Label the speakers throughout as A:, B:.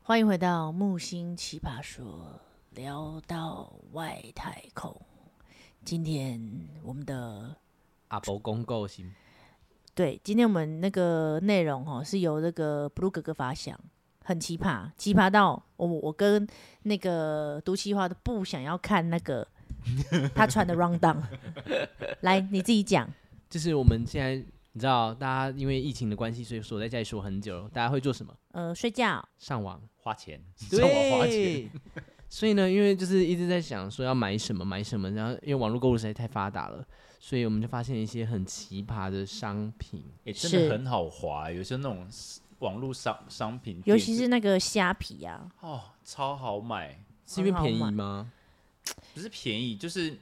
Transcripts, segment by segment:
A: 欢迎回到木星奇葩说，聊到外太空。今天我们的
B: 阿伯公够行，
A: 对，今天我们那个内容哦，是由那个 Blue 哥哥发想，很奇葩，奇葩到我我跟那个毒气化都不想要看那个他传的 round down。来，你自己讲。
B: 就是我们现在你知道，大家因为疫情的关系，所以锁在家里锁很久，大家会做什么？
A: 呃，睡觉，
B: 上网，
C: 花钱，
B: 对，
C: 上网花 钱，
B: 所以呢，因为就是一直在想说要买什么买什么，然后因为网络购物实在太发达了，所以我们就发现一些很奇葩的商品。
C: 也、
A: 是
C: 欸真的很好滑、有些那种 s- 网络商商品店，
A: 尤其是那个虾皮啊，
C: 哦，超好买，
B: 是因为
A: 很好
B: 便宜
A: 买
B: 吗？
C: 不是便宜，就是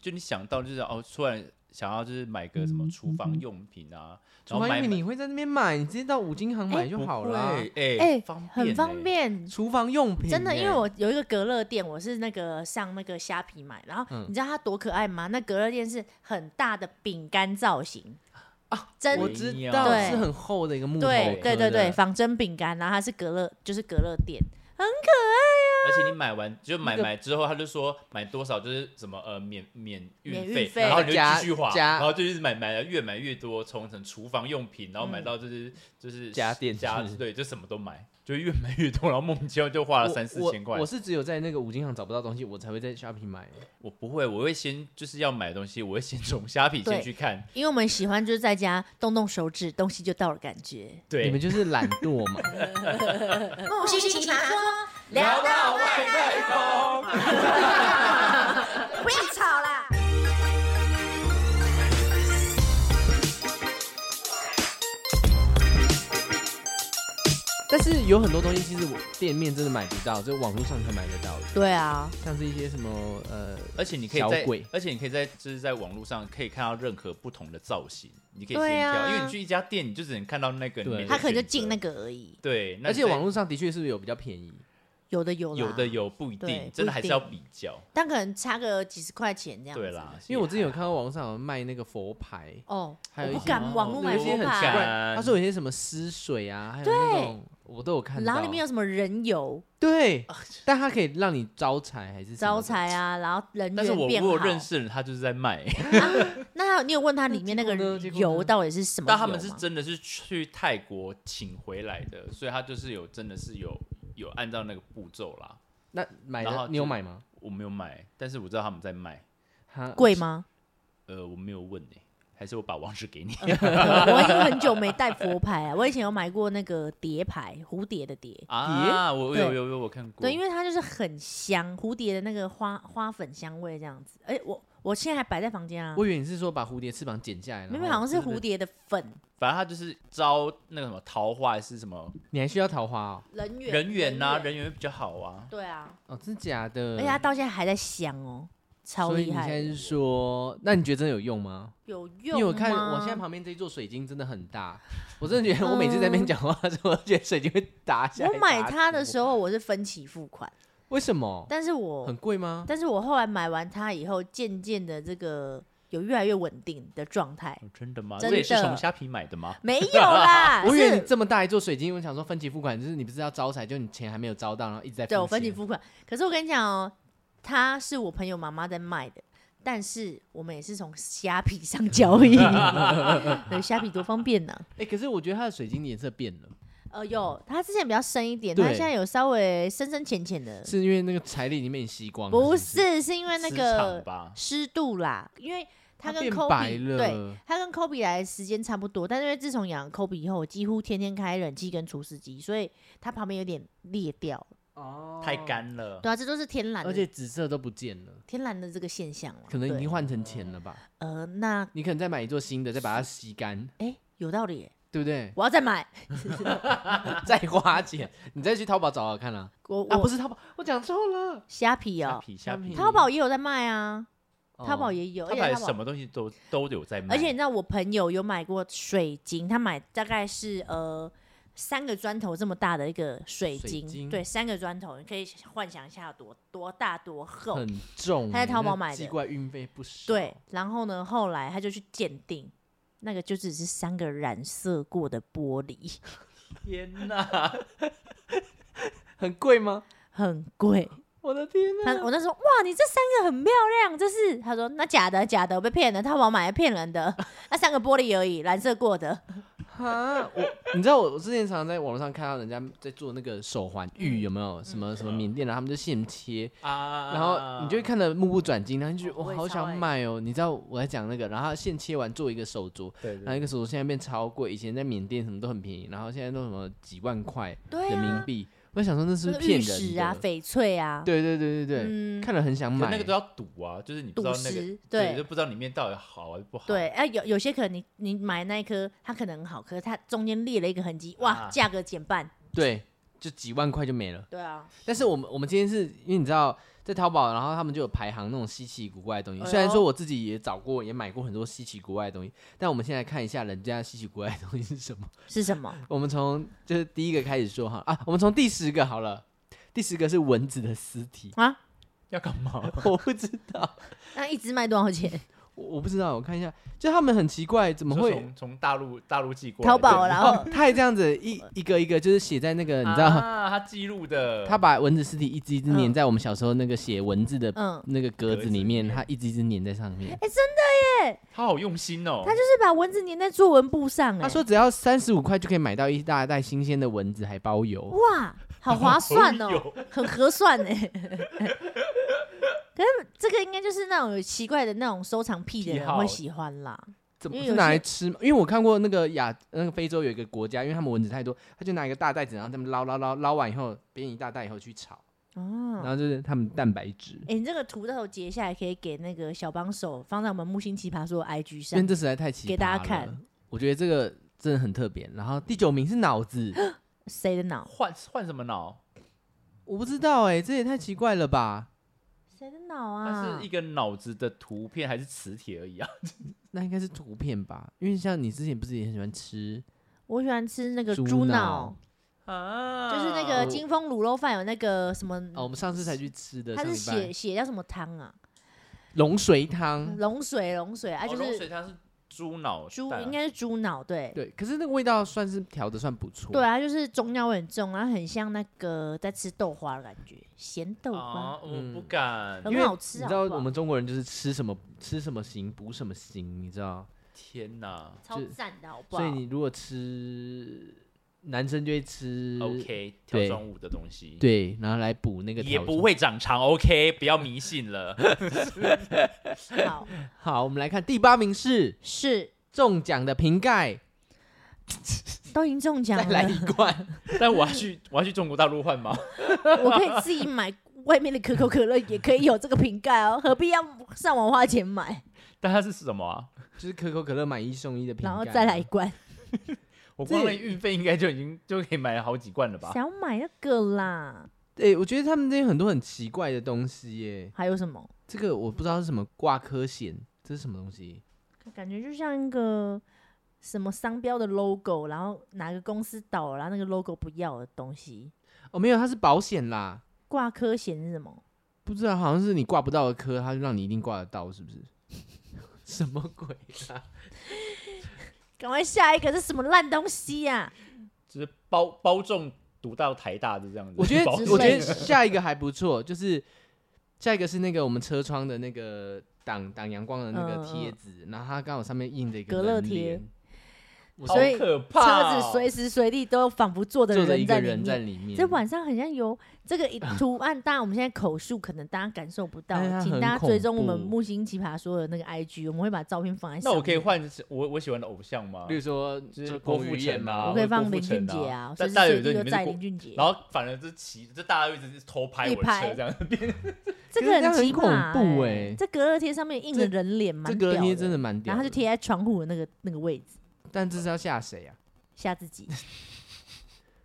C: 就你想到就是哦，突然想要就是买个什
B: 嗯
C: 么厨房用品
B: 哎
C: 啊，然
B: 厨
C: 后
B: 房
C: 买
B: 用品你会在那边买，你直接到五金行买就好了啊。
C: 哎、欸
A: 哎、
C: 方便、欸
A: 很方。便，
B: 厨房用品、
A: 真的，因为
B: 哎
A: 我有一个隔热垫，我是那个上那个虾皮买，然后
B: 嗯
A: 你知道它多可爱吗？那隔热垫是很大的饼干造型啊，真
B: 哎我
C: 哦我
B: 知
C: 一样
B: 道
A: 对
B: 是很厚的一个木头壳
A: 对
B: 的，
A: 对对对，仿真饼干，然后它是隔热，就是隔热垫，
C: 而且你买完就买
B: 那个
C: 买之后，他就说买多少就是什么呃免免
A: 免
C: 运
A: 运
C: 费，
A: 费
C: 然后你就
B: 加
C: 继续花，
B: 加
C: 然后就一直买买了越买越多，从成厨房用品，然后买到就是、就是
B: 家电
C: 家
B: 是
C: 对，就什么都买，就越买越多，然后莫名其妙就花了
B: 我
C: 三四
B: 我
C: 千块
B: 我。是只有在那个五金行找不到东西，我才会在 shopping 买。
C: 我不会，我会先就是要买的东西，我会先从虾皮
A: 对
C: 先去看，
A: 因为我们喜欢就是在家动动手指，东西就到了感觉。
C: 对，
B: 你们就是懒惰 嘛。
C: 呃
A: 木星奇葩说，
C: 聊到外太空。
A: 不要吵啦！
B: 但是有很多东西其实我店面真的买不到，就网络上才买得到的，
A: 对啊，
B: 像是一些什么呃，
C: 而且你可以
B: 小
C: 在
B: 鬼，
C: 而且你可以在就是在网络上可以看到任何不同的造型，你可以先
A: 对啊
C: 挑，因为你去一家店，你就只能看到那个里
B: 对
C: 面的选择，
A: 他可能就进那个而已，
C: 对，那
B: 而且
C: 在
B: 网络上的确是有比较便宜，
A: 有的有啦
C: 有的，有不一
A: 对不一
C: 定，真的还是要
A: 定
C: 比较，
A: 但可能差个几十块钱这样子。
C: 对啦，
B: 因为我之前有看到网络上有卖那个佛牌，
A: 哦，
B: 还
A: 我
B: 有一
A: 不
B: 些
A: 敢网络
B: 有
A: 买
B: 一些
A: 佛
B: 很奇
C: 敢
A: 牌，
B: 怪，他说有些什么湿水啊，还有那种我都有看到，
A: 然后里面有什么人油？
B: 对，但它可以让你招财还是什么
A: 招
B: 的
A: 财啊，然后人
C: 但是
A: 缘
C: 我
A: 变
C: 我
A: 好。啊
C: 有认识的人，他就是在卖，
A: 那他你有问他里面那个
B: 那结果呢结果
A: 油
B: 呢
A: 到底是什么油
C: 但
A: 吗？
C: 他们是真的是去泰国请回来的，所以他就是有真的是有有按照那个步骤啦，
B: 那买
C: 然后
B: 的
C: 就
B: 你有买吗？
C: 我没有买，但是我知道他们在卖，
B: 哈
A: 贵吗？
C: 呃，我没有问诶，还是我把网址给 你，
A: 嗯我已经很久没带佛牌啊了。我以前有买过那个蝶牌，蝴蝶的蝶，
C: 啊，我有
A: 对
C: 有有我看过，
A: 对，因为它就是很香，蝴蝶的那个花花粉香味这样子。哎，我我现在还摆在房间啊，
B: 我以为你是说把蝴蝶翅膀剪下来，
A: 明
B: 然
A: 明
B: 后
A: 好像是
B: 对
A: 蝴
B: 对对，
A: 蝶的粉，
C: 反正他就是招那个什么桃花还是什么
B: 你还需要桃花哦？
A: 人缘
C: 人缘呐、人缘会比较好啊。
A: 对啊，
B: 哦，真的假的？
A: 而且它到现在还在香哦，超
B: 所以
A: 厉
B: 你
A: 害
B: 现在
A: 的，
B: 是说，那你觉得真的有用吗？
A: 有
B: 因
A: 用
B: 为我看我
A: 吗
B: 现在旁边这座水晶真的很大，我真 的觉得我每次在那边讲话的时候，我觉得水晶会打下来。
A: 嗯我买它的时
B: 候，
A: 候我是分期付款，
B: 为什么？
A: 但是我
B: 很贵吗？，
A: 但是我后来买完它以后，渐渐的这个有越来越稳定的状态，
C: 哦真的吗？
A: 真
C: 这也是
A: 的
C: 从虾皮买的吗？
A: 没有啦
B: 我以为你
A: 是
B: 这么大一座水晶，我想说分期付款，就是你不是要招财，就你钱还没有招到，然后一直在
A: 对我分
B: 分
A: 期付款。可是我跟你讲哦，它是我朋友妈妈在卖的，但是我们也是从虾皮上 交易，对，虾皮多方便呢、
B: 哎、可是我觉得它的水晶颜色变了，
A: 呃，有，它之前比较深一点，它
B: 对
A: 现在有稍微深深浅浅的，
B: 是因为那个彩礼里面吸光了？
A: 不
B: 是，
A: 是，是因为那
C: 磁
A: 个
C: 场吧，
A: 湿度啦，因为它跟
B: 变
A: Kobe
B: 白
A: 对。
B: 了。
A: 他跟 Kobe 来的时间差不多，但是因为自从养了 Kobe 以后，我几乎天天开冷气跟除湿机，所以它旁边有点裂掉了。
B: 哦
C: 太，干了。
A: 对啊，这都是天然的，
B: 而且紫色都不见了，
A: 天然的这个现象了。
B: 可能已
A: 对
B: 经换成钱了吧？
A: 呃，那
B: 你可能再买一座新的，再把它吸干，
A: 哎、有道理耶，
B: 对不对？
A: 我要再 买。
B: 再花钱，你再去淘宝找找看啦、
A: 我
B: 啊。
A: 我
B: 不是淘宝，我讲错了，
A: 虾皮
C: 虾
A: 哦，
C: 皮虾
B: 虾皮
C: 皮，
A: 淘宝也有在卖啊，
B: 哦
A: 淘宝也有，
C: 他
A: 而
C: 买
A: 且
C: 什
A: 淘宝。
C: 么东西都都有在卖，
A: 而且 你知道，我朋友有买过水晶，他买大概是呃三个砖头这么大的一个水
B: 水
A: 晶，
B: 晶
A: 对，三个砖头，你可以幻想一下有多多大多厚，
B: 很重，
A: 他在淘宝买的
B: 那寄过来运费不少。
A: 对，，然后呢，后来他就去鉴定，那个就只是三 个染色过的玻璃，
C: 天哪，
B: 很贵吗？
A: 很贵。
B: 我的天
A: 他
B: 哪！
A: 我那时候哇，你这三个很漂亮，这是他说那假的假的，我被骗了，淘宝买的骗人的， 那三个玻璃而已，蓝色过的，
B: 啊，我你知道我我之前常常在网络上看到人家在做那个手环
A: 嗯
B: 玉，有没有什么什么缅甸的，他们就现贴，
C: 啊
B: 然后你就会看得目不转睛，然后你就觉得
A: 哦我
B: 我
A: 也
B: 好
A: 超
B: 想
A: 爱
B: 买哦。你知道我在讲那个，然后他现切完做一个手镯，
C: 对
B: 然后
C: 对
A: 呃
B: 一个手镯现在变超贵，以前在缅甸什么都很便宜，然后现在都什么几万块
A: 对
B: 人民
A: 啊，
B: 币，我想说那是
A: 那
B: 不
A: 个
B: 是骗
A: 玉
B: 人
A: 石
B: 的？
A: 啊，翡翠啊，
B: 对对对对对，
A: 嗯，
B: 看了很想
C: 可
B: 买。
C: 那个都要赌啊，就是你不知道
A: 赌
C: 那个
A: 石，
C: 对，就
A: 对
C: 不知道里面到底好还是不好。
A: 对，哎、有有些可能你你买那一颗，它可能很好，可是它中间裂了一个痕迹，哇，
C: 啊
A: 价格减半，
B: 对，就几万块就没了。
A: 对啊，
B: 但是我们我们今天是因为你知道在淘宝，然后他们就有排行那种稀奇古怪的东西。
A: 哎呦
B: 虽然说我自己也找过，也买过很多稀奇古怪的东西，但我们现在看一下人家稀奇古怪的东西是什么。
A: 是什 么？
B: 我们从就是第一个开始说哈啊，我们从第十个好了。第十个是蚊子的尸体，
A: 啊，
C: 要干嘛？
B: 我不知道，
A: 那一只卖多 少钱？
B: 我我不知道，我看一下，就他们很奇怪， 怎么
C: 说
B: 会
C: 从从大陆大陆寄过来
A: 淘宝，
C: 对
A: 然
B: 哦
A: 后，
B: 他还这样子一一个一个就是写在那个，你知道，
C: 啊他记录的，
B: 他把蚊子尸体一只一只粘
A: 嗯
B: 在我们小时候那个写文字的
A: 嗯，
B: 那个格
C: 格
B: 子
C: 子
B: 里
C: 里
B: 面，
C: 面
B: 它一只一只粘在上面。
A: 哎、真的
C: 他好用心哦。
A: 他就是把蚊子粘在作文簿上、哎，
B: 他说只要三十五块就可以买到一大袋新鲜的蚊子，还包邮。
A: 哇，好划算哦、
C: 有
A: 很合算哎、可是这个应该就是那种有奇怪的那种收藏癖的
C: 癖
A: 人
C: 好
A: 会喜欢啦。
B: 怎么
A: 因为
B: 是
A: 有
B: 拿
A: 些
B: 来吃吗？因为我看过那个亚那个非洲有一个国家，因为他们蚊子太多，他就拿一个大袋子，然后他们捞捞捞捞完以后，编一大袋以后去炒，然
A: 哦，
B: 后就是他们蛋白质。
A: 哎、你这个图到时候截下来可以给那个小帮手放在我们木星奇葩说的 IG
B: 因为
A: 上。
B: 这实在太奇葩
A: 给大家
B: 了
A: 看。
B: 我觉得这个真的很特别。然后第九名是 脑子，
A: 谁的脑？
C: 换换什么脑？
B: 我不知道哎、这也太奇怪了吧？
A: 谁的脑
C: 它
A: 啊
C: 是一？个脑子的图片还是磁铁而已啊？
B: 那应该是图片吧？因为像你之前不是也很喜欢吃
A: 我喜欢吃那个
B: 猪
A: 猪
B: 脑
A: 脑，
C: 啊
A: 就是那个
B: 我
A: 金丰卤肉饭有那个什么，
B: 哦？我们上次才去吃的，
A: 嗯它是
B: 上礼
A: 血嗯
B: 拜嗯
A: 血叫什么汤啊？
B: 龙髓汤。
A: 龙水龙水啊，
C: 哦
A: 就
C: 龙
A: 是
C: 水它是猪脑蛋
A: 猪
C: 啊，
A: 应该是猪脑对。
B: 对，可是那个味道算是调的算不错。
A: 对，啊，就是中药味很重，然后很像那个在吃豆花的感觉，咸豆花，
C: 啊，我不
B: 嗯
C: 敢，
A: 很
B: 因为
A: 好吃
B: 你
A: 好
B: 知
A: 不
B: 道
A: 好，
B: 我们中国人就是吃什么吃什么行补什么行，你知道？
C: 天哪
A: 超
B: 就
A: 赞的好不好？
B: 所以你如果吃男生就会吃
C: ！OK，
B: 对
C: 跳妆舞的东西，，
B: 对，然后来补那个
C: 也
B: 调
C: 不
B: 整。
C: 会长长，OK，不要迷信了。
A: 好
B: 好，我们来看第八名是
A: 是
B: 中奖的瓶盖，
A: 都已经中奖
B: 再来
A: 了，
B: 一罐。
C: 但我要去，我要去中国大陆换吗？
A: 我可以自己买外面的可口可乐，也可以有这个瓶盖哦，何必要上网花钱买，
C: 但它是什么啊？
B: 就是可口可乐买一送一的瓶盖，
A: 然后再来一罐，
C: 我
B: 这
C: 光那运费应该就已经就可以买了好几罐了吧
A: 想？要买那个啦，
B: 对，我觉得他们这边很多很奇怪的东西耶，
A: 还有什么？
B: 这个我不知道是什么挂科险，这是什么东西？
A: 感觉就像一个什么商标的 logo，然后哪个公司倒了，然后那个 logo 不要的东西，
B: 哦，没有，它是保险啦，
A: 挂科险是什么？
B: 不知道好像是你挂不到的科，它就让你一定挂得到，是不是？ 什么鬼啊？
A: 赶快下一个，这什么烂东西呀、
C: 就是包包中读到台大的这样子。
B: 我觉得
C: 包
A: 之，
B: 我
A: 类
B: 觉得
A: 的
B: 下一个还不错，就是下一个是那个我们车窗的那个挡挡阳光的那个
A: 嗯嗯
B: 贴纸，然后它刚好上面印着一个
A: 隔热
B: 人
A: 贴
B: 脸，我
C: 好
A: 所以
C: 可怕
A: 车
C: 哦，
A: 子随时随地都仿佛坐的
B: 坐着一
A: 人
B: 个
A: 在里
B: 人在
A: 面。
B: 里面，
A: 这晚上好像有这 个一图案，当然我们现在口述可能大家感受不到
B: 但是它，
A: 请
B: 哎很
A: 大家追踪我们
B: 恐怖
A: 木星奇葩说的那个 IG，我们会把照片放在上
C: 那
A: 面。
C: 我可以换我我喜欢的偶像吗
B: 例？如说
C: 就是
B: 郭
C: 郭
B: 富
C: 富
B: 城
C: 城啊
A: 我
B: 嘛，
A: 可以
C: 或
A: 放
C: 者
A: 林
C: 郭富城
A: 俊
C: 啊
A: 杰啊，随
C: 但
A: 时
C: 但有
A: 随
C: 一堆
A: 地都
C: 你们是
A: 在
C: 郭
A: 林俊杰，
C: 然后反而是骑，这大家一直偷拍我的车这样。
A: 这
B: 可
A: 个
B: 是这样
A: 很
B: 很
A: 奇葩
B: 恐怖
A: 欸
B: 欸
A: 这隔热贴上面印
B: 这
A: 了人脸，蛮
B: 这隔热
A: 屌
B: 贴真的蛮屌
A: 然后它
B: 的，
A: 就贴在窗户的那个那个位置，
B: 但这是要吓谁啊？
A: 吓自己。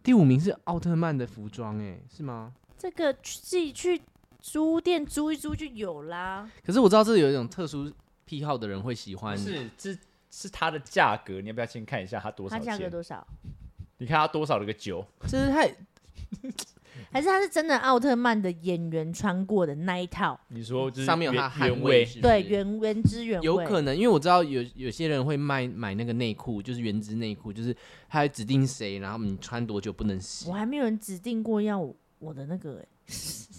B: 第五名是奥特曼的服装，哎，是吗？
A: 这个去自己去书店租一租就有啦。
B: 可是我知道这有一种特殊癖好的人会喜欢，
C: 是这是它的价格，你要不要先看一下它多
A: 它
C: 少
A: 价格
C: 钱？
A: 多少？
C: 你看它多少了个九？
B: 这是太
A: 还是他是真的奥特曼的演员穿过的那一套？
C: 你说就是
B: 嗯上面有它的
C: 原
B: 汗
C: 原
B: 味，
C: 味
B: 是不
A: 对，
B: 是
A: 原原汁原味。
B: 有可能，因为我知道有有些人会卖买那个内裤，就是原汁内裤，就是他会指定谁，然后你穿多久不能洗
A: 我。还没有人指定过要我的那个、欸，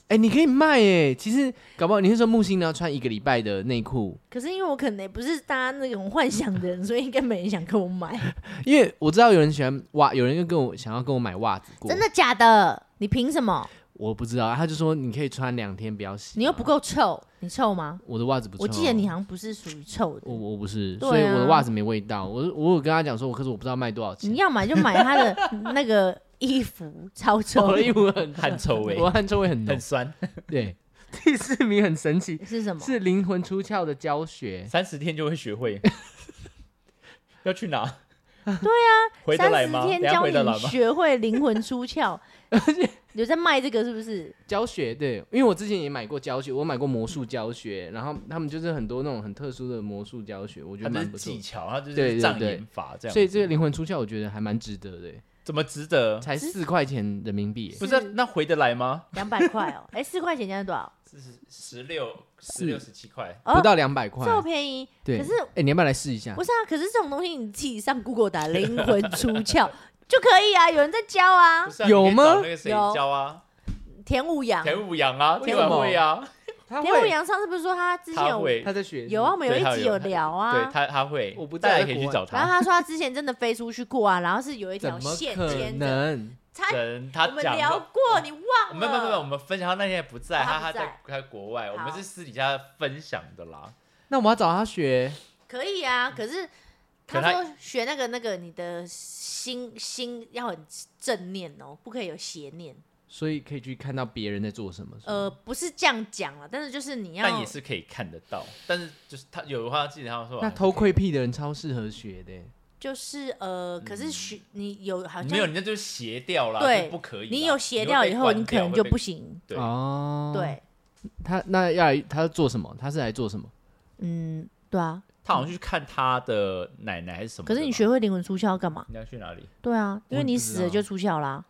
B: 哎、你可以卖哎、其实搞不好你是说木星呢要穿一个礼拜的内裤，
A: 可是因为我可能也不是大家那种幻想的人，所以应该没人想跟我买。
B: 因为我知道有人喜欢袜，有人就跟我想要跟我买袜子过，
A: 真的假的？你凭什么？
B: 我不知道，他就说你可以穿两天不要洗，
A: 你又不，够臭，你臭吗？
B: 我的袜子不臭，啊哦
A: 我记得你好像不是属于臭的
B: 我。我不是，
A: 对啊
B: 所以我的袜子没味道。我我有跟他讲说，我可是我不知道卖多少钱
A: 你。要买就买他的那个衣服，超臭
B: 哦 我
C: 哦
B: 的衣服很
C: 汗臭味
B: 我汗臭味很浓
C: 很。酸，
B: 对，第四名很神奇，
A: 是什么？
B: 是灵魂出窍的教学。
C: 三十天就会 学会。要去哪？对啊，回得
A: 三
C: 来
A: 十
C: 吗？
A: 天
C: 等下
A: 教
C: 回得来
A: 你
C: 吗？
A: 学会灵魂出窍，有在卖这个是不是？
B: 教学对，因为我之前也买过教学，我买过魔术教学，然后他们就是很多那种很特殊的魔术教学，我觉
C: 它
B: 得
C: 就
B: 蛮
C: 是
B: 不错
C: 技。巧，它就
B: 对对
C: 是障
B: 对
C: 眼法这样子。
B: 所以这个灵魂出窍，我觉得还蛮值得的耶，
C: 怎么值得？
B: 才四块钱人民币耶。
C: 不是啊那回得来吗？
A: 两百块哦，哎，四块钱现在多少？
C: 十六、
B: 是
C: 十六、十七块，
A: 哦
B: 不到两百块，
A: 这么便宜，
B: 对。
A: 可是
B: 哎、你要不要来试一下
A: 不？是啊？可是这种东西你自己上 Google 打灵魂出窍就可以啊，有人在教啊
C: 不。是啊
B: 有
C: 你可以找
B: 吗
C: 那个谁
A: 有
C: 教啊，
A: 田武阳，
C: 田武阳啊，
B: 为
C: 田
B: 什么
C: 武会啊，
B: 他
A: 田武阳上次不是说他之前
C: 他
A: 有
C: 会，
B: 他在学
A: 有啊，我们有
C: 对
A: 一
C: 他
A: 集
C: 有
A: 有聊
C: 对
A: 啊。
C: 他他会，
B: 我不在
C: 大家可以去
B: 国外
C: 找
A: 然后
C: 他。
A: 他说他之前真的飞出去过啊，然后是有一
B: 怎
A: 条
B: 么
A: 线
B: 可
A: 牵着，
B: 能？
A: 他
C: 等他
A: 我们
C: 讲
A: 聊
C: 的，哦
A: 过，你忘
C: 没有没有没有，我
A: 了？
C: 们分享他那天不在，
A: 嗯哦他不
C: 他他
A: 在
C: 在他在国外，我们
A: 好
C: 是私底下分享的啦。
B: 那我要找他学，
A: 可以啊，可是他
C: 可他
A: 说学那个那个，你的心心要很正念哦，不可以有邪念。
B: 所以可以去看到别人在做什么。是吗
A: 呃，，不是这样讲啊了，但是就是你要
C: 但也是可以看得到，但是就是他有的话，记得他说
B: 那偷窥癖的人超适合学的耶。
A: 就是呃，可是学你有好
C: 没有，
A: 像
C: 你那就是斜掉啦，
A: 对
C: 就不可以啦。
A: 你有斜掉以后，你
C: 你会被关
A: 可
C: 掉
A: 能就不
C: 会
A: 行。
C: 对
B: 哦，
A: 对，
B: 他那要来他做什么？他是来做什么？
A: 嗯，对啊。
C: 被他好像去看他的奶奶还是什么的吧。
A: 可是你学会灵魂出窍干嘛？
C: 你要去哪里？
A: 对啊，因
B: 我也
A: 为
B: 不
A: 你
B: 知
A: 死了
B: 道
A: 就出窍啦。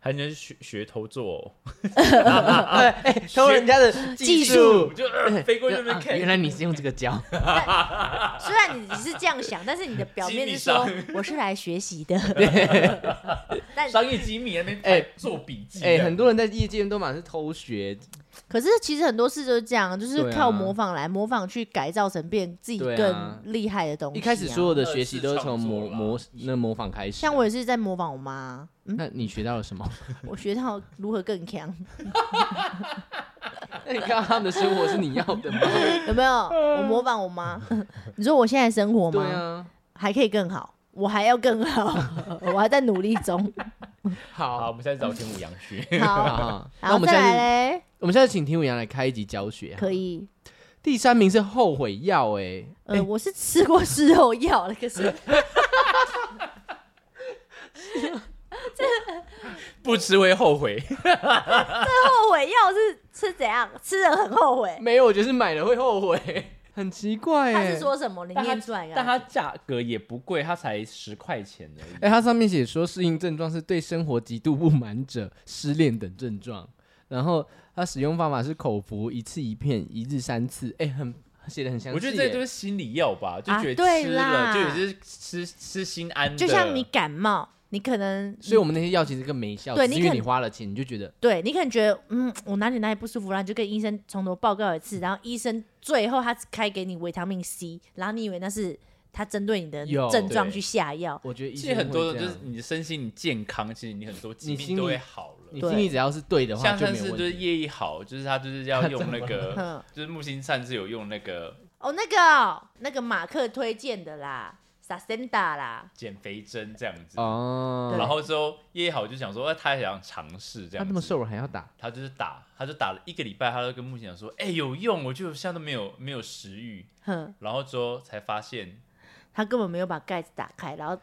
C: 还能学学偷 做哦，
B: 偷人家的
A: 技术，
C: 就、呃飞过去那边
B: 啊
C: 看。
B: 原来你是用这个教，
A: 虽然你是这样想，但是你的表面是说
C: 心
A: 我是来学习的。但
C: 商业机密那 边
B: 哎
C: 哎做笔记，
B: 哎、很多人在业界都满是偷学，
A: 可是其实很多事就是这样，就是
B: 对啊
A: 靠模仿来、模仿去改造成变自己
B: 对啊
A: 更厉害的东西、啊
B: 一开始所有的
C: 二
B: 学
C: 次
B: 习都是啊
C: 创
B: 从
C: 作
B: 模
C: 啦
B: 模那模仿开始。
A: 像我，也是在模仿我妈，嗯，
B: 那你学到了什么？
A: 我学到如何更强，
B: 那你看到他们的生活是你要的吗？
A: 有没有？我模仿我妈， 你说 我现在生活吗？
B: 嗯对啊，
A: 还可以更好，我还要更好， 我还在努力 中。
C: 好，我
B: 好，
C: 们现在找田武阳学。
A: 好，
B: 好，
A: 然
B: 那我
A: 后
B: 们
A: 再
B: 下次
A: 来嘞，
B: 我们下次请田武阳来开一集教学。
A: 可。以。
B: 第三名是后悔药、哎，
A: 呃，我是吃过事后药了， 可是
C: 不吃会后悔，
A: 后悔药是是怎样？吃了很后悔。
B: 没有，我觉得是买了会后悔，很奇怪、
A: 他
B: 哎。
A: 是说什么？你
C: 但他
A: 念出来
C: 但
A: 看看。
C: 它价格也不贵，它才十块钱而已。
B: 哎、它上面写说适应症状是对生活极度不满者、失恋等症状，然后它使用方法是口服一次一片，一日三次。哎、很写的很详细耶。
C: 我觉得这就是心理药吧，就
A: 啊
C: 觉得
A: 对
C: 吃了
A: 啦
C: 就也是吃吃心安的，
A: 就像你感冒，你可能，
B: 所以我们那些药其实更没效，
A: 对
B: 只
A: 你
B: 是因为
A: 可
B: 你
A: 能
B: 花了钱，你就觉得
A: 对你可能觉得，嗯，我哪里哪里不舒服，然后你就跟医生从头报告一次，然后医生最后他只开给你维他命 C，然后你以为那是他针对你的
B: 有
A: 症状
C: 对
A: 去下药，
B: 我觉得医
C: 其
B: 生
C: 实很多
B: 会这
C: 就
B: 样
C: 是你的身心健康，其实你很多疾
B: 你心
C: 病
B: 里
C: 都会好
B: 你
C: 了。
A: 对
B: 心里只要是对的话，
C: 像
B: 就
C: 上
B: 没有
C: 次
B: 问
C: 就是
B: 题。
C: 叶一好，就是他就是 要用那个，
A: 嗯，
C: 就是木星散是有用那个
A: 哦，那个哦那个马克推荐的啦 s a s e n d a 啦，
C: 减肥针这样子。
B: 哦，
C: 然后之后叶一好就想说，哎，他也想尝试这
B: 他
C: 样
B: 那么
C: 子。
B: 瘦了还要打，
C: 他就是打，他就打了一个礼拜，他就跟木星讲说，哎，有用，我就现在都没有没有食欲。
A: 哼，
C: 然后之后才发现，
A: 他根本没有把盖子打开，然后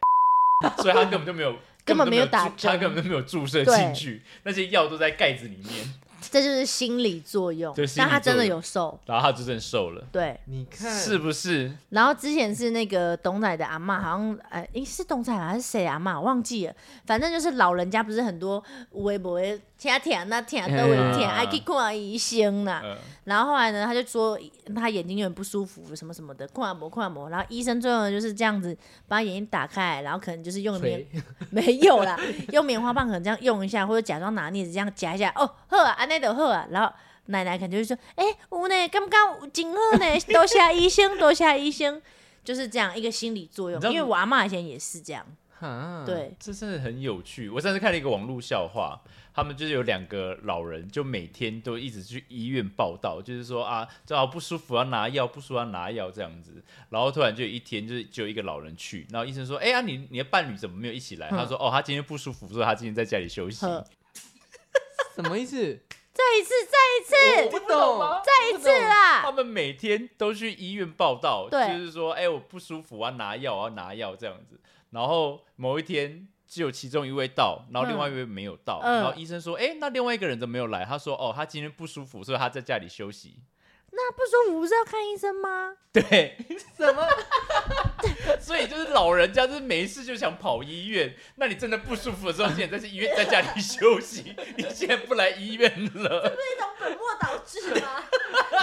C: 所以他根本就没有
A: 根本没有打
C: 注他
A: 针
C: 根本就没有注射
A: 对
C: 进去，那些药都在盖子里面，
A: 这就是心理作用
C: 对，心
A: 但
C: 理
A: 他真的
C: 作用
A: 有瘦，
C: 然后他就真的瘦了，
A: 对。
B: 你看
C: 是不是？
A: 然后之前是那个董仔的阿嬷，好像呃，诶是董仔吗还是谁阿嬷忘记了，反正就是老人家不是很多微博听疼那疼都会疼，
C: 哎
A: 还去看医生啦。
C: 呃，
A: 然后后来呢，他就说他眼睛有点不舒服，什么什么的，看膜看啊膜。然后医生最后呢就是这样子把眼睛打开来，然后可能就是用棉
B: 吹
A: 没有啦，用棉花棒可能这样用一下，或者假装拿镊子这样夹一下，哦，好啊，安内就好啊。然后奶奶可能就会说，哎、有呢，感觉有真好 呢，多谢医生，多谢医生，就是这样一个心理作用
C: 你知。道嗯
A: 因为我阿妈以前也是这样，
B: 哈，，
A: 对，
C: 这真的很有趣。我上次看了一个网络笑话，他们就是有两个老人，就每天都一直去医院报道，就是说啊，这好不舒服要拿药，不舒服要拿药这样子。然后突然就有一天，就是只有一个老人去，然后医生说：“哎、呀、你你的伴侣怎么没有一起来？”
A: 嗯
C: 他说：“哦，他今天不舒服，所以他今天在家里休息。
A: 呵，
B: 什么意思？
A: 再一次，再一
B: 我
A: 次，
B: 不懂，
A: 再一次啦
C: 他。们每天都去医院报道，
A: 啊对
C: 就是说，哎、我不舒服，我要拿药，我要拿药这样子。然后某一天只有其中一位到，然后另外一位没有到，
A: 嗯
C: 然后医生说，哎、那另外一个人怎么没有来？他说，哦，他今天不舒服，所以他在家里休息。
A: 那不舒服不是要看医生吗？
C: 对，
B: 什么？
C: 所以就是老人家就是没事就想跑医院。那你真的不舒服的时候，你现在在医院在家里休息， 你现在不来医院了。
A: 这种本末倒置吗？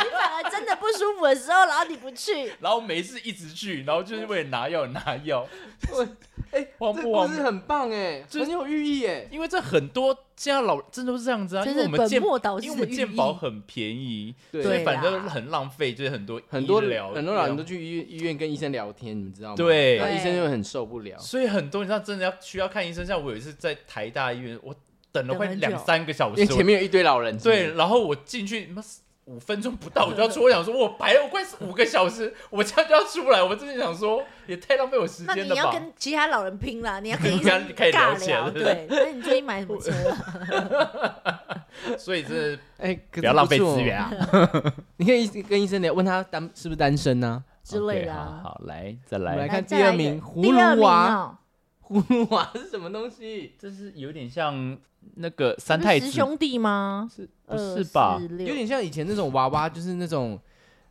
A: 你反而真的不舒服的时候，然后你不 去，
C: 然后没事一直去，然后就是为了拿药拿药。
B: 我哎，
C: 荒
B: 这
C: 不
B: 故
C: 荒
B: 事
C: 谬
B: 很棒哎，
C: 就是
B: 很有寓意哎。
C: 因为这很多现在老真的都是这样子啊，
A: 真
C: 因
A: 是
C: 为我们健
A: 本末倒置
C: 因为我们
A: 寓意
C: 健保很便宜，
B: 对
C: 所以
A: 对
C: 反正
A: 啦
C: 很浪费，就是很多
B: 很多
C: 医疗
B: 很多老人都去医院医院跟医生聊天，你们知道吗？
C: 对
B: 然后医生就很受不了。
C: 所以很多人像真的要需要看医生，像我有一次在台大医院，我等了
A: 等
C: 快
A: 很久
C: 两三个小
B: 因
C: 时，
B: 为前面有一堆老人，
C: 对，，然后我进去妈五分钟不到我就要出，我想说我排了我快五个小时， 我这样就要出来，我真的想说也太浪费我时
A: 那
C: 间
A: 你
C: 了
A: 要
C: 吧。
A: 跟其他老人拼了，你要跟医
C: 刚
A: 生
C: 刚开始聊
A: 尬
C: 起来
A: 聊，
C: 了
A: 对。那你最近买什么车？啊
C: 所以真 的
B: 哎，不
C: 不要浪费资源
B: 啊！
C: 啊
B: 你可以跟医生聊，问他单是不是单身 呢？
A: 之类的
C: OK，好
A: 啊。
C: 好来再
B: 我们来
C: 来，
B: 看
A: 再
B: 第二
A: 一个
B: 名葫
A: 第二
B: 芦娃
A: 名哦
B: 葫芦娃啊是什么东西？
C: 这是有点像那个
A: 不
C: 三
A: 是
C: 太
A: 十
C: 子
A: 兄弟吗？
C: 是不是吧？
B: 有
A: 有
B: 点像以前那种娃娃，就是那种，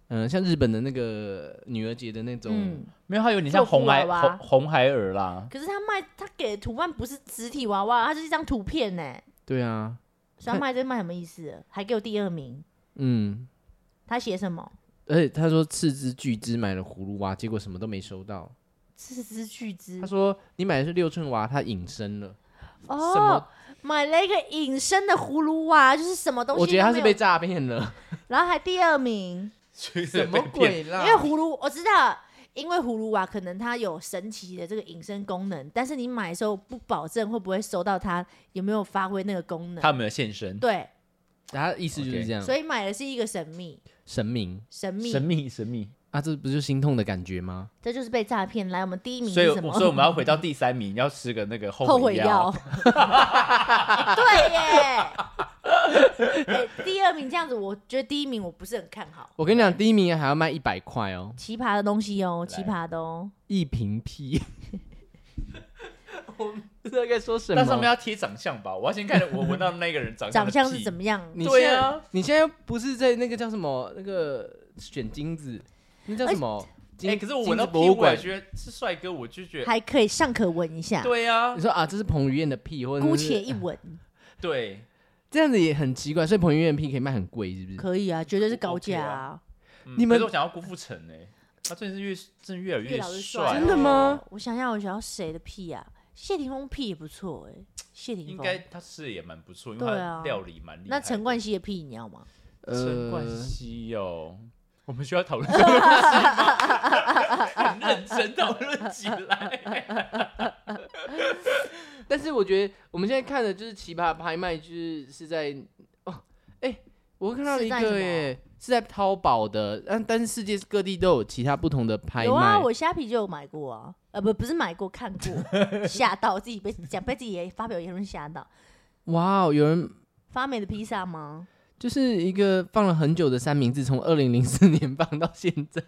B: 嗯、像日本的那个女儿节的那种，
A: 嗯，
C: 没有，它有点像
A: 做布
C: 红孩
A: 娃娃
C: 红红孩儿啦。
A: 可是他卖他给的图案不是实体娃娃，他就是一张图片呢。
B: 对啊，
A: 所以他卖这卖什么意思？还给我第二名，
B: 嗯，
A: 他写什么？
B: 而且他说斥资巨资买了葫芦娃，结果什么都没收到。
A: 斥资巨资
B: 他说你买的是六寸娃，他隐身了，什
A: 哦
B: 么，
A: 买了一个隐身的葫芦娃，就是什么东西？
B: 我觉得他是被，诈骗了，
A: 然后还第二名，
C: 什
B: 什么？鬼啦
A: 因 为？葫芦我知道，因为葫芦娃可能它有神奇的这个隐身功能，但是你买的时候不保证会不会收到它有没有发挥那个功能。
C: 他们的现身，
A: 对，
B: 他意思就是这样
A: 所以买的是一个神秘，
B: 神明
A: 神秘，
C: 嗯神秘神秘。
B: 啊，这不就心痛的感觉吗？
A: 这就是被诈骗。来，我们第一名
C: 所以
A: 是
C: 我，
A: 什么？
C: 所以我们要回到第三名，要吃个那个
A: 后
C: 悔
A: 悔药。。 对耶、哎第二名这样子，我觉得第一名我不是很看好。
B: 我跟你讲，第一名还要卖一百块哦，
A: 奇葩的东西哦，
C: 来
A: 奇葩的哦。
B: 一瓶屁。 我不知道该说什么。
C: 那上面要贴长相吧？我要先看我闻到那个人长
A: 长相是怎
C: 么？
A: 么样？
B: 你
C: 对
B: 现在
C: 啊，
B: 你现在不是在那个叫什么那个选金子，那叫什么？金
C: 哎，可是我闻
B: 金
C: 到
B: 子博物
C: 屁股，我
B: 馆
C: 也，觉得是帅哥，我就觉得
A: 还可以尚可闻一下，
C: 对啊
B: 你，说啊，这是彭于晏的屁，或者
A: 姑
B: 是
A: 且一闻，
C: 对，
B: 这样子也很奇怪，所以彭于晏的屁可以卖很贵，是不是？
A: 可以啊，绝对是
C: 我
A: 高
C: OK
A: 价
C: 啊
A: 啊。
C: 嗯
B: 你们
C: 可是我想要郭富城哎，他最近是越真的越来
A: 越老越帅，啊
C: 帅
B: 真，的吗？
A: 我想要，我想要谁的屁啊？谢霆锋屁也不错哎、谢霆
C: 应
A: 锋。
C: 该他吃的也蛮不错，因为
A: 对
C: 他
A: 啊
C: 料理蛮厉害的。
A: 那陈冠希的屁你要吗？
C: 陈冠
B: 呃，
C: 希哦，我们需要讨 论这个东西吗？很认真讨论起来。
B: 但是我觉得我们现在看的就是奇葩拍卖，就是是在哦，哎、我看到了一
A: 是在什
B: 个
A: 么
B: 耶，是在淘宝的，但但是世界各地都有其他不同的拍卖。
A: 有啊，我虾皮就有买过啊，呃不不是买过看 过，吓到自己被讲被自己也发表言论吓到。
B: 哇哦，有人
A: 发霉的披萨吗？
B: 就是一个放了很久的三明治，从二零零四年放到现 在，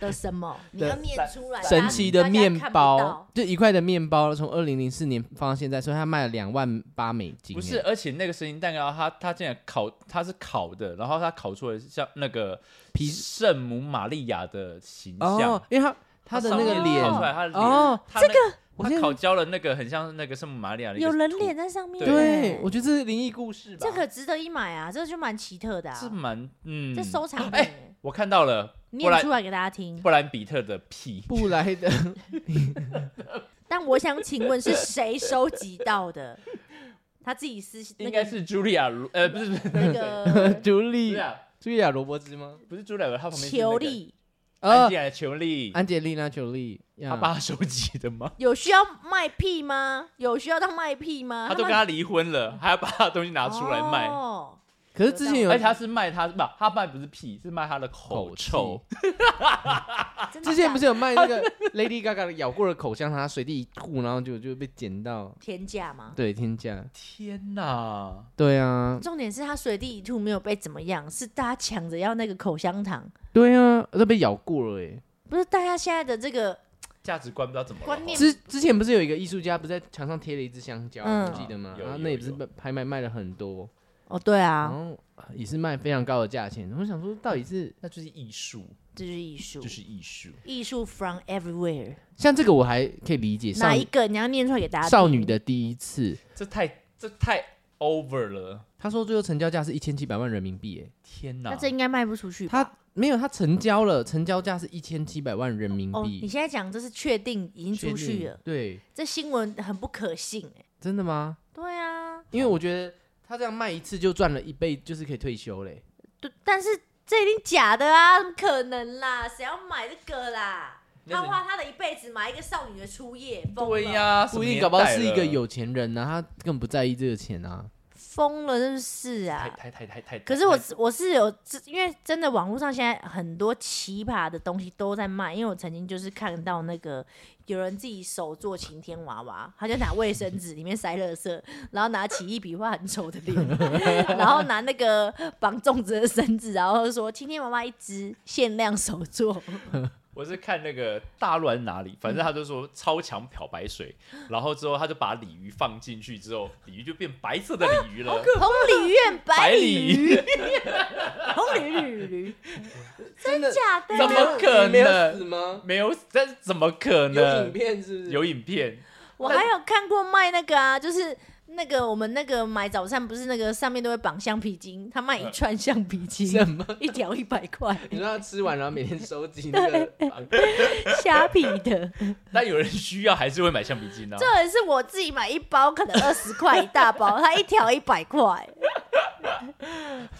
A: 的什 么？你
B: 的
A: 要念出来。大
B: 神
A: 家
B: 奇的面
A: 大家看不
B: 包
A: 到，
B: 就一块的面包，从二零零四年放到现在，所以它卖了两万八美金。
C: 不是，
B: 哎
C: 而且那个神经蛋糕，它它竟然烤，它是烤的，然后它烤出来是像那个
B: 皮
C: 圣母玛利亚的形象
B: 哦，，因为它它
C: 它
B: 的那
C: 上
B: 个
C: 面
B: 脸
C: 烤出来，它的脸，
B: 哦，
C: 它那个
B: 我现在
C: 他烤焦了那个很像那个圣母玛利亚的一 个
A: 有人
C: 图
A: 脸，在上面。欸
B: 对，我觉得这是灵异故事吧。
A: 这可值得一买啊，这就蛮奇特的
C: 是
A: 啊，
C: 蛮嗯，
A: 这收藏
C: 哎、
A: 品，欸
C: 我看到了布
A: 念
C: 兰
A: 出来给大家听。
C: 布兰比特的屁，
B: 布莱 德，
A: 但我想请问是谁收集到 的？他自己私那
C: 应该
A: 个
C: 是茱莉亚罗，呃，不是不是啊
A: 那 个
B: 朱
C: 茱莉
B: 莉，
C: 亚，
B: 茱莉亚罗伯兹吗？
C: 不是茱莉亚，她旁边是那
A: 球
C: 个
A: 力，
C: 安
B: 啊
C: 吉，来的裘力，
B: 安吉啊丽娜·裘丽，
C: 他
B: 呀
C: 把他收集的吗？
A: 有需要卖屁吗？有需要到卖屁吗？
C: 他都
A: 啊们
C: 跟他离婚了，还要把他的东西拿出来卖，
A: 哦
B: 可是之前有
C: 而且他是卖他不，他卖不是屁，是卖他的口
B: 口
C: 臭。
A: 真的
B: 之前不
A: 假
B: 是有卖那 个 Lady Gaga 的咬过的口香糖，她随地一吐，然后就就被捡到，
A: 的天价吗？
B: 对，天价，
C: 天哪！
B: 对啊，
A: 重点是他随地一吐没有被怎么样，是大家抢着要那个口香糖，
B: 对啊，都被咬过了哎。
A: 不是大家现在的这个
C: 价值观不知道怎么了
A: 观念
B: 之之前不是有一个艺术家不是在墙上贴了一只香蕉，
A: 嗯
B: 你记得吗？
C: 有
B: 然后
C: 有
B: 那也不是
C: 有
B: 被拍卖卖了很多，
A: 哦，对
B: 然
A: 啊，
B: 后也是卖非常高的价钱。我想说，到底是
C: 那就是艺术，
A: 这就是艺术
C: 就，是艺术。
A: 艺术 from everywhere，
B: 像这个我还可以理解，少
A: 哪一
B: 女
A: 个你要念出来给大家听？
B: 少女的第一次，
C: 这太这太 over 了，
B: 他说最后成交价是一千七百万人民币，哎，
C: 天
A: 那
C: 哪！
A: 这应该卖不出去吧。
B: 他没有，他成交了，成交价是一千七百万人民
A: 哦，
B: 币
A: 你，现在讲这是确定已经出
B: 确
A: 去
B: 定
A: 了，，
B: 对，
A: 这新闻很不可信哎、
B: 真的吗？
A: 对啊，
B: 因为我觉得他这样卖一次就赚了一倍，就是可以退休嘞。
A: 对，但是这一定假的啊，怎么可能啦？谁要买这个啦？
C: 那
A: 他
C: 是
A: 花他的一辈子买一个少女的初夜，疯
C: 对
A: 了
C: 呀，
B: 不一定，
C: 什么年代
B: 搞不好是一个
C: 了
B: 有钱人呢、啊，他根本不在意这个钱啊。
A: 疯了，真是
C: 太
A: 啊！
C: 太太太太。
A: 可是我
C: 太
A: 我是有，因为真的网络上现在很多奇葩的东西都在卖，因为我曾经就是看到那个有人自己手做晴天娃娃，他就拿卫生纸里面塞垃圾，然后拿起一笔画很丑的脸， 然后拿那个绑粽子的绳子，然后说晴天娃娃一只，限量手 做，
C: 我是看那个大陆还是哪里，反正他就说超强漂白水，然后之后他就把鲤鱼放进去之后，鲤鱼就变白色的鲤鱼了，
A: 红鲤鱼变白
C: 白
A: 鲤
C: 鲤
A: 鱼，
C: 鱼，
A: 红鲤鱼鲤 鱼，
B: 真的
A: 假的？
C: 怎么可能？
B: 吗？
C: 没有，但是怎么可能？
B: 片是不
C: 有影片，
A: 我还有看过卖那个啊，就是那个我们那个买早餐不是那个上面都会绑橡皮筋，他卖一串橡皮筋，
C: 嗯
B: 什么？
A: 一条一百 块，
B: 你说他吃完然后每天收集那个，
C: 哎
A: 虾皮的。
C: 但有人需要还是会买橡皮筋呢、啊。
A: 这也是我自己买一包，可能二十块一大 包，它一条一百块。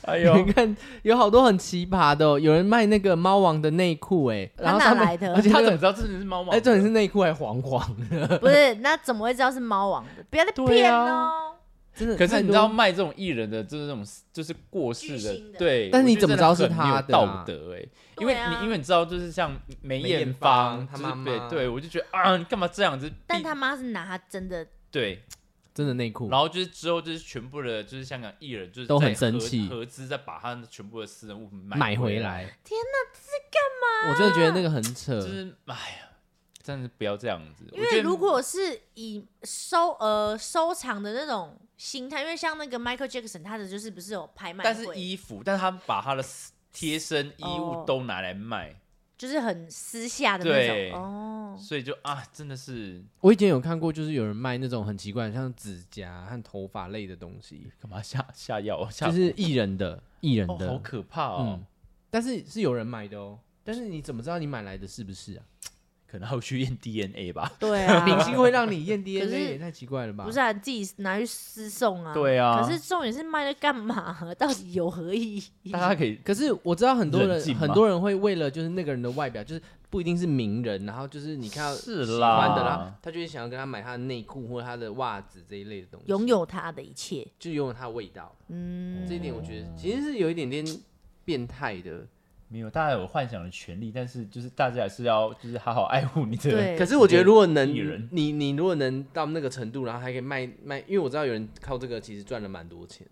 C: 哎 呦
B: 你，看有好多很奇葩的、哦，有人卖那个猫王的内裤，哎，然后
A: 他哪
B: 上面
A: 来的
B: 而且
C: 他
B: 那
C: 怎
B: 个
C: 么知道这只是猫毛？
B: 哎，重点是内裤还黄黄的，
A: 不是，那怎么会知道是猫王的？不要再
B: 对
A: 骗
B: 啊
A: 哦！
B: 真的。
C: 可是你知
B: 太
C: 道
B: 多，
C: 卖这种艺人的，就是这种就是过世
A: 巨星
C: 的，
A: 的
C: 对。
B: 但是你
C: 我觉
B: 怎
C: 得
B: 么
C: 真
B: 知道是
C: 很没有
B: 他的啊
C: 道德哎、因
A: 对
C: 为
A: 啊
C: 你因为你知道，就是像梅
B: 梅
C: 艳
B: 艳芳，
C: 芳
B: 她
C: 就是
B: 妈妈
C: 被对我就觉得啊，你干嘛这样子？
A: 但他妈是拿他真的，
C: 对，
B: 真的内裤，
C: 然后就是之后就是全部的，就是香港艺人就是
B: 都很
C: 在合
B: 生气
C: 合资再把他的全部的私人物品
B: 买
C: 回
B: 回，来。
A: 天
B: 哪，这干嘛？我真的觉得那个很扯，
C: 就是哎呀，真的是不要这样子。
A: 因
C: 我觉
A: 为
C: 得
A: 如果是以收呃收藏的那种心态，因为像那个 Michael Jackson，他的就是不是有拍卖会，
C: 但是衣服，但是他把他的私贴身衣物
A: 哦
C: 都拿来卖，
A: 就是很私下的
C: 对
A: 那种哦。
C: 所以就啊，真的是
B: 我以前有看过，就是有人卖那种很奇怪的，像指甲和头发类的东西，
C: 干嘛下下药下
B: 就是艺人的，艺人
C: 哦，
B: 的，
C: 好可怕哦
B: 嗯。，但是是有人买的哦。但是你怎么知道你买来的是不是 啊？
C: 可能还有去验 DNA 吧。
A: 对啊，
B: 明 星会让你验 DNA
A: 是
B: 也太奇怪了吧？
A: 不是，啊，你自己拿去私送啊。
C: 对啊
A: 可是重点是卖了干嘛？ 到底有何意义
C: 大？家可以
B: 可是我知道很多
C: 冷
B: 人
C: 静吗
B: 很多人会为了就是那个人的外表，就是不一定是名人，然后就是你看到
C: 是
B: 喜
C: 啦
B: 欢的，然后他就会想要跟他买他的内裤或者他的袜子这一类的东西，
A: 拥有他的一切，
B: 就拥有他的味道。
A: 嗯，
B: 这一点我觉得其实是有一点点变态的。
C: 没有，大家有幻想的权利，但是就是大家也是要就是好好爱护你的
A: 对
B: 可是我觉得，如果能
C: 艺人
B: 你你如果能到那个程度，然后还可以卖卖，因为我知道有人靠这个其实赚了蛮多钱，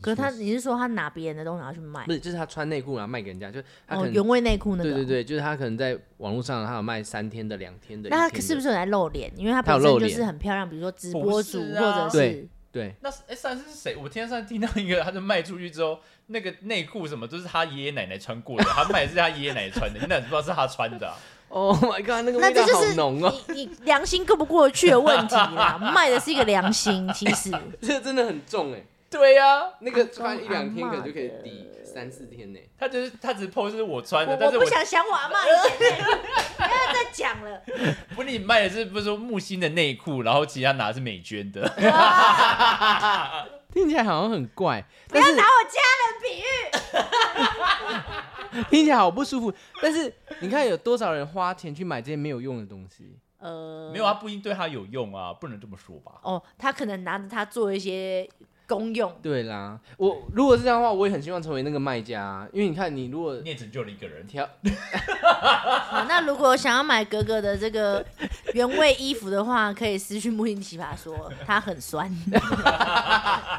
A: 可是他，你是说他拿别人的东西拿去卖
B: 不？是就是他穿内裤然后卖给人家，就是他
A: 哎哦，
B: 可能、
A: 原味内裤那个。
B: 对对。对，就是他可能在网络上他有卖三天的、两天的，
A: 那
B: 一天
A: 他
B: 的
A: 是不是有在露脸？因为他
B: 他有
A: 本
B: 露
A: 身就
B: 脸
A: 是很漂亮，比如说直
C: 不
A: 播
C: 是
A: 主
C: 啊
A: 或者是
B: 对对？
C: 那哎，上次是谁？我今天上次听到一个，他就卖出去之后，那个内裤什么都是他爷爷奶奶穿过的，他卖的是他爷爷奶奶穿的，你哪知道是他穿的啊、
B: Oh my god，那
A: 哦
B: 个
A: 那
B: 味
A: 这
B: 道
A: 就
B: 好
A: 是
B: 浓哦，
A: 你你良心过不过得去的问题啦，卖的是一个良心，其实
B: 这真的很重哎。
C: 对呀、
B: 那个
A: 公
B: 穿一两天
A: 阿嬷
B: 可能就可以
A: 的
B: 抵三四天呢。
C: 他就是他只是 PO 是我穿
A: 我
C: 的，但是
A: 我
C: 我
A: 不想想我阿妈以前那个， 不要再讲了。
C: 不是你卖的是不是说木星的内裤，然后其他拿的是美娟的，
B: 听起来好像很怪，
A: 不
B: 但
A: 要
B: 是
A: 拿我家人比喻。
B: 听起来好不舒服。但是你看有多少人花钱去买这些没有用的东西？
A: 呃，
C: 没有啊，。不一定对他有用啊，不能这么说吧？
A: 哦，他可能拿着它做一些公 用。
B: 对啦，我如果是这样的话，我也很希望成为那个卖家啊，因为你看你如果
C: 你也拯救了一个人，
B: 挑
A: 好，哦那如果想要买格格的这个 原味衣服的话，可以私讯木林奇葩说， 它很酸。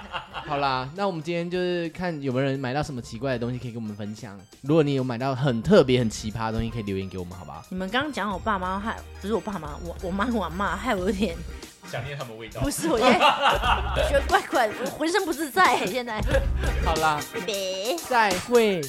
B: 好啦，那我们今天就是看有没有人买到什么奇怪的东西可以跟我们分享。如果你有买到很特别、很奇葩的东西，可以留言给我们，好不好？
A: 你们刚刚讲我爸妈害，不是我爸妈，我我妈跟我妈害我有点，
C: 想念他们味道
A: 不。是我现 在觉得怪怪的，我浑身不自在。现在，
B: 好啦，
A: 别。
B: 再会。